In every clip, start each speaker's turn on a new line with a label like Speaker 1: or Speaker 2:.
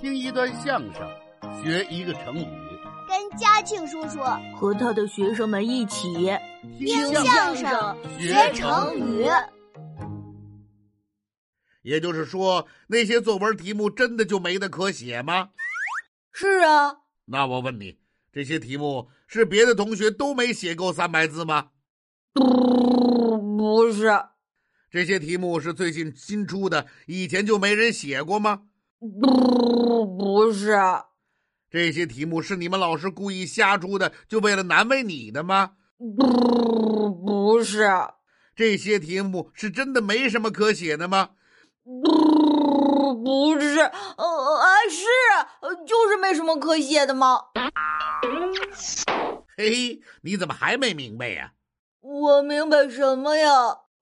Speaker 1: 听一段相声，学一个成语，
Speaker 2: 跟嘉庆叔叔
Speaker 3: 和他的学生们一起。
Speaker 2: 听
Speaker 1: 相
Speaker 2: 相声
Speaker 1: 学
Speaker 2: 成语。
Speaker 1: 也就是说，那些作文题目真的就没得可写吗？
Speaker 3: 是啊，
Speaker 1: 那我问你，这些题目是别的同学都没写够三百字吗？
Speaker 3: 不是，
Speaker 1: 这些题目是最近新出的，以前就没人写过吗？
Speaker 3: 不是，
Speaker 1: 这些题目是你们老师故意瞎出的，就为了难为你的吗？
Speaker 3: 不是，
Speaker 1: 这些题目是真的没什么可写的吗？
Speaker 3: 不是，呃啊，是，呃就是没什么可写的吗？
Speaker 1: 嘿，你怎么还没明白呀、
Speaker 3: 我明白什么呀？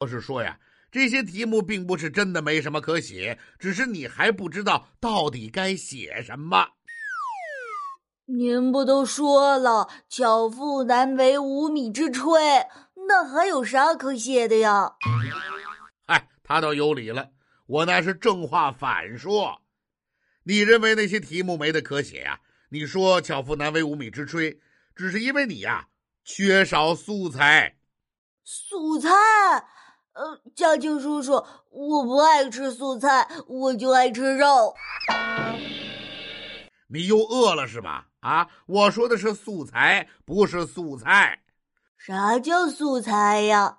Speaker 1: 我是说呀，这些题目并不是真的没什么可写，只是你还不知道到底该写什么。
Speaker 3: 您不都说了“巧妇难为无米之炊”，那还有啥可写的呀？
Speaker 1: 哎，他倒有理了，我那是正话反说。你认为那些题目没得可写呀、你说“巧妇难为无米之炊”，只是因为你呀、缺少素材。
Speaker 3: 素菜？呃，嘉庆叔叔，我不爱吃素菜，我就爱吃肉。
Speaker 1: 你又饿了是吧？啊，我说的是素材，不是素菜，
Speaker 3: 啥叫素菜呀？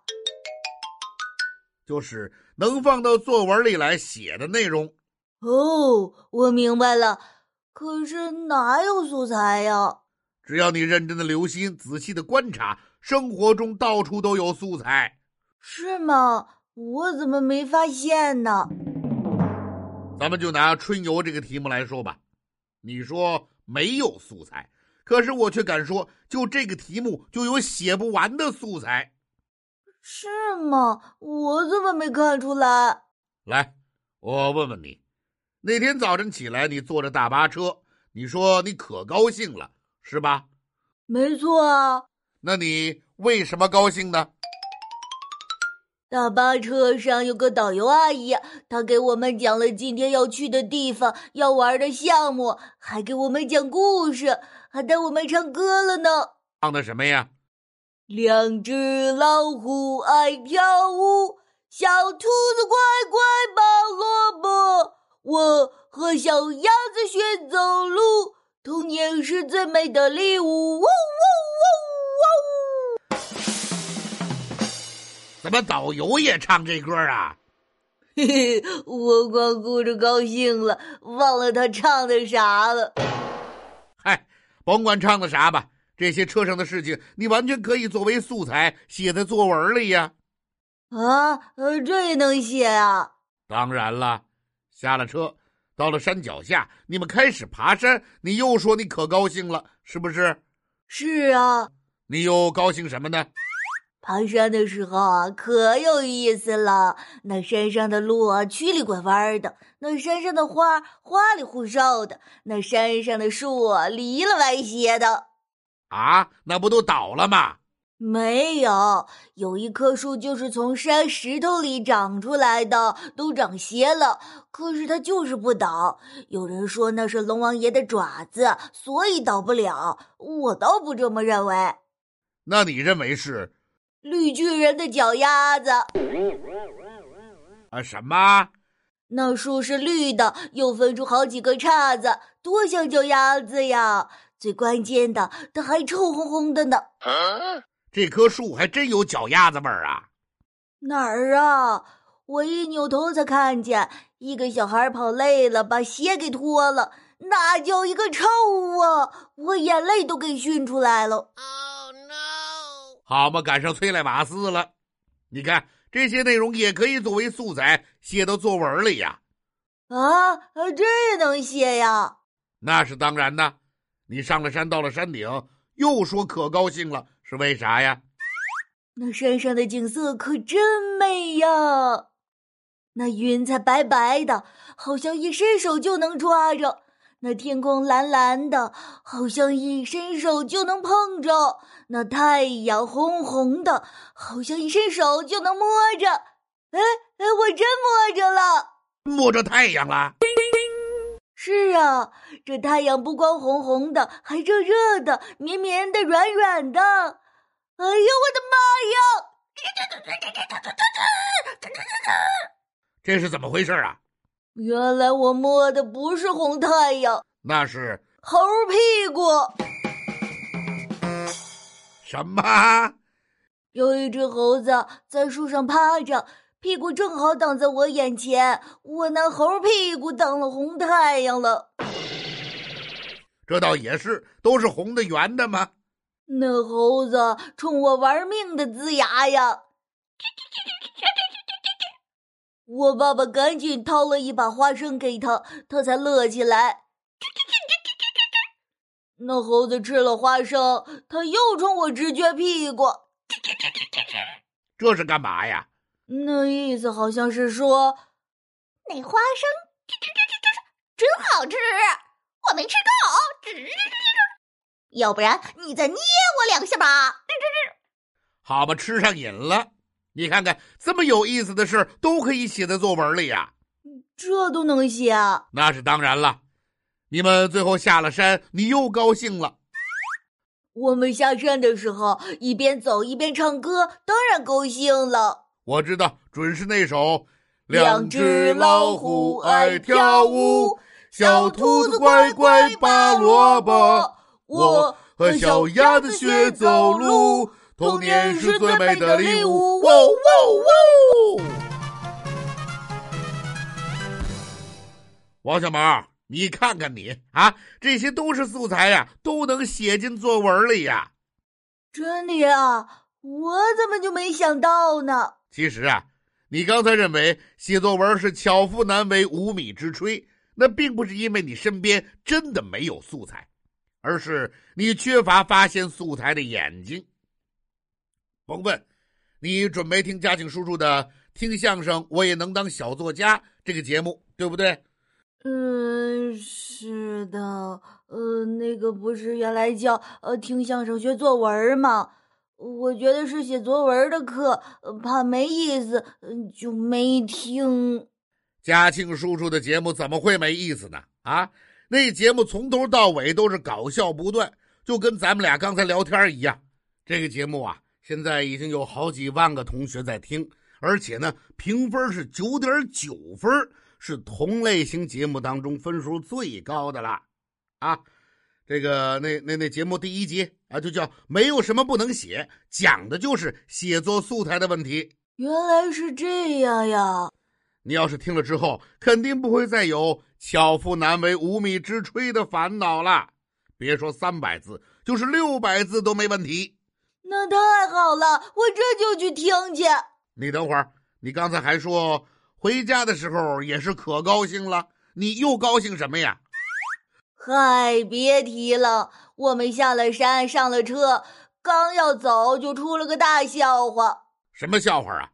Speaker 1: 就是能放到作文里来写的内容。
Speaker 3: 哦，我明白了。可是哪有素材呀？
Speaker 1: 只要你认真的留心、仔细的观察，生活中到处都有素材。
Speaker 3: 是吗？我怎么没发现呢？
Speaker 1: 咱们就拿春游这个题目来说吧，你说没有素材，可是我却敢说，就这个题目就有写不完的素材。
Speaker 3: 是吗？我怎么没看出来？
Speaker 1: 来，我问问你，那天早晨起来，你坐着大巴车，你说你可高兴了，是吧？
Speaker 3: 没错啊。
Speaker 1: 那你为什么高兴呢？
Speaker 3: 大巴车上有个导游阿姨，她给我们讲了今天要去的地方、要玩的项目，还给我们讲故事，还带我们唱歌了呢。
Speaker 1: 唱的什么呀？
Speaker 3: 两只老虎爱跳舞，小兔子快快拔萝卜。我和小鸭子学走路，童年是最美的礼物。哦
Speaker 1: 怎么导游也唱这歌啊？
Speaker 3: 嘿嘿， 我光顾着高兴了，忘了他唱的啥了。
Speaker 1: 嗨，甭管唱的啥吧，这些车上的事情，你完全可以作为素材写在作文里呀。
Speaker 3: 啊，呃，这也能写啊？
Speaker 1: 当然了，下了车，到了山脚下，你们开始爬山，你又说你可高兴了，是不是？
Speaker 3: 是啊，
Speaker 1: 你又高兴什么呢？
Speaker 3: 爬山的时候啊，可有意思了。那山上的路啊，曲里拐弯儿的；那山上的花，花里胡哨的；那山上的树啊，离了歪斜的。
Speaker 1: 啊，那不都倒了吗？
Speaker 3: 没有，有一棵树就是从山石头里长出来的，都长斜了，可是它就是不倒。有人说那是龙王爷的爪子，所以倒不了。我倒不这么认为。
Speaker 1: 那你认为是
Speaker 3: 绿巨人的脚丫子，
Speaker 1: 啊什么？
Speaker 3: 那树是绿的，又分出好几个叉子，多像脚丫子呀！最关键的，它还臭烘烘的呢。
Speaker 1: 这棵树还真有脚丫子味儿啊！
Speaker 3: 哪儿啊？我一扭头才看见一个小孩跑累了，把鞋给脱了，那叫一个臭啊！我眼泪都给熏出来了。
Speaker 1: 好嘛，赶上崔莱瓦斯了。你看这些内容也可以作为素材写到作文里呀。
Speaker 3: 啊，呃这也能写呀？
Speaker 1: 那是当然的。你上了山，到了山顶，又说可高兴了，是为啥呀？
Speaker 3: 那山上的景色可真美呀！那云彩白白的，好像一伸手就能抓着；那天空蓝蓝的，好像一伸手就能碰着；那太阳红红的，好像一伸手就能摸着。哎哎，我真摸着了！
Speaker 1: 摸着太阳啦！
Speaker 3: 是啊，这太阳不光红红的，还热热的，绵绵的，软软的。哎呦，我的妈呀！
Speaker 1: 这是怎么回事啊？
Speaker 3: 原来我摸的不是红太阳，
Speaker 1: 那是
Speaker 3: 猴屁股。
Speaker 1: 什么？
Speaker 3: 有一只猴子在树上趴着，屁股正好挡在我眼前，我拿猴屁股挡了红太阳了。
Speaker 1: 这倒也是，都是红的、圆的吗？
Speaker 3: 那猴子冲我玩命的龇牙呀！我爸爸赶紧掏了一把花生给他，他才乐起来。那猴子吃了花生，他又冲我直撅屁股。
Speaker 1: 这是干嘛呀？
Speaker 3: 那意思好像是说，
Speaker 2: 那花生真好吃，我没吃够，只要不然你再捏我两下吧。
Speaker 1: 好吧，吃上瘾了。你看看，这么有意思的事都可以写在作文里呀、
Speaker 3: 这都能写啊？
Speaker 1: 那是当然了。你们最后下了山，你又高兴了。
Speaker 3: 我们下山的时候一边走一边唱歌，当然高兴了。
Speaker 1: 我知道，准是那首。
Speaker 3: 两只老虎爱跳舞，小兔子乖乖拔萝卜。我和小鸭子学走路，童年是最美的礼物。
Speaker 1: 哇哇哇！王小毛，你看看你啊，这些都是素材呀、都能写进作文里呀、
Speaker 3: 真的呀，啊我怎么就没想到呢？
Speaker 1: 其实啊，你刚才认为写作文是巧妇难为无米之炊，那并不是因为你身边真的没有素材，而是你缺乏发现素材的眼睛。甭问，你准备听嘉庆叔叔的《听相声我也能当小作家》这个节目，对不对？
Speaker 3: 嗯，是的，呃，那个不是原来叫呃听相声学作文儿吗？我觉得是写作文儿的课，呃怕没意思，嗯就没听。
Speaker 1: 嘉庆叔叔的节目怎么会没意思呢？啊，那节目从头到尾都是搞笑不断，就跟咱们俩刚才聊天一样。这个节目啊，现在已经有好几万个同学在听，而且呢，评分是九点九分，是同类型节目当中分数最高的啦。啊，这个那那那节目第一集啊，就叫没有什么不能写，讲的就是写作素材的问题。
Speaker 3: 原来是这样呀！
Speaker 1: 你要是听了之后，肯定不会再有“巧妇难为无米之炊”的烦恼啦。别说三百字，就是六百字都没问题。
Speaker 3: 那太好了，我这就去听去。
Speaker 1: 你等会儿，你刚才还说回家的时候也是可高兴了，你又高兴什么呀？
Speaker 3: 嗨，别提了，我们下了山，上了车，刚要走就出了个大笑话。
Speaker 1: 什么笑话啊？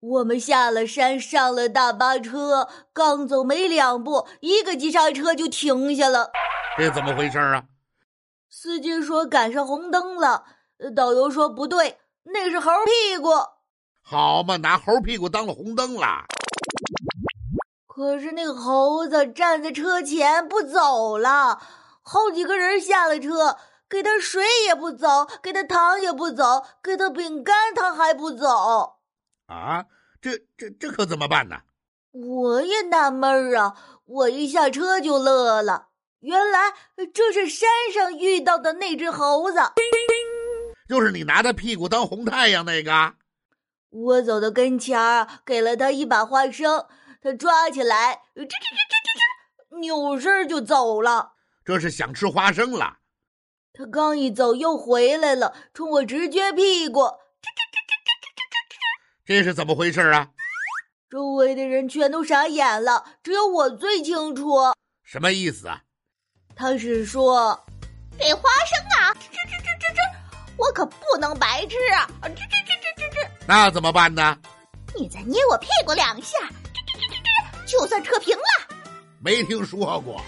Speaker 3: 我们下了山，上了大巴车，刚走没两步，一个急刹车就停下了。
Speaker 1: 这怎么回事啊？
Speaker 3: 司机说赶上红灯了，呃导游说不对，那是猴屁股。
Speaker 1: 好嘛，拿猴屁股当了红灯啦！
Speaker 3: 可是那个猴子站在车前不走了，好几个人下了车，给他水也不走，给他糖也不走，给他饼干他还不走。
Speaker 1: 啊，这这这可怎么办呢？
Speaker 3: 我也纳闷儿啊，我一下车就乐了。原来这是山上遇到的那只猴子。
Speaker 1: 就是你拿他屁股当红太阳那个啊。
Speaker 3: 我走到跟前儿，给了他一把花生，他抓起来，这这这这这这，扭身儿就走了。
Speaker 1: 这是想吃花生了。
Speaker 3: 他刚一走又回来了，冲我直撅屁股。
Speaker 1: 这是怎么回事啊？
Speaker 3: 周围的人全都傻眼了，只有我最清楚。
Speaker 1: 什么意思啊？
Speaker 3: 他是说。
Speaker 2: 给花生啊，这这这这这，我可不能白吃啊！这这这这这这，
Speaker 1: 那怎么办呢？
Speaker 2: 你再捏我屁股两下，这这这这这，就算扯平了。
Speaker 1: 没听说过。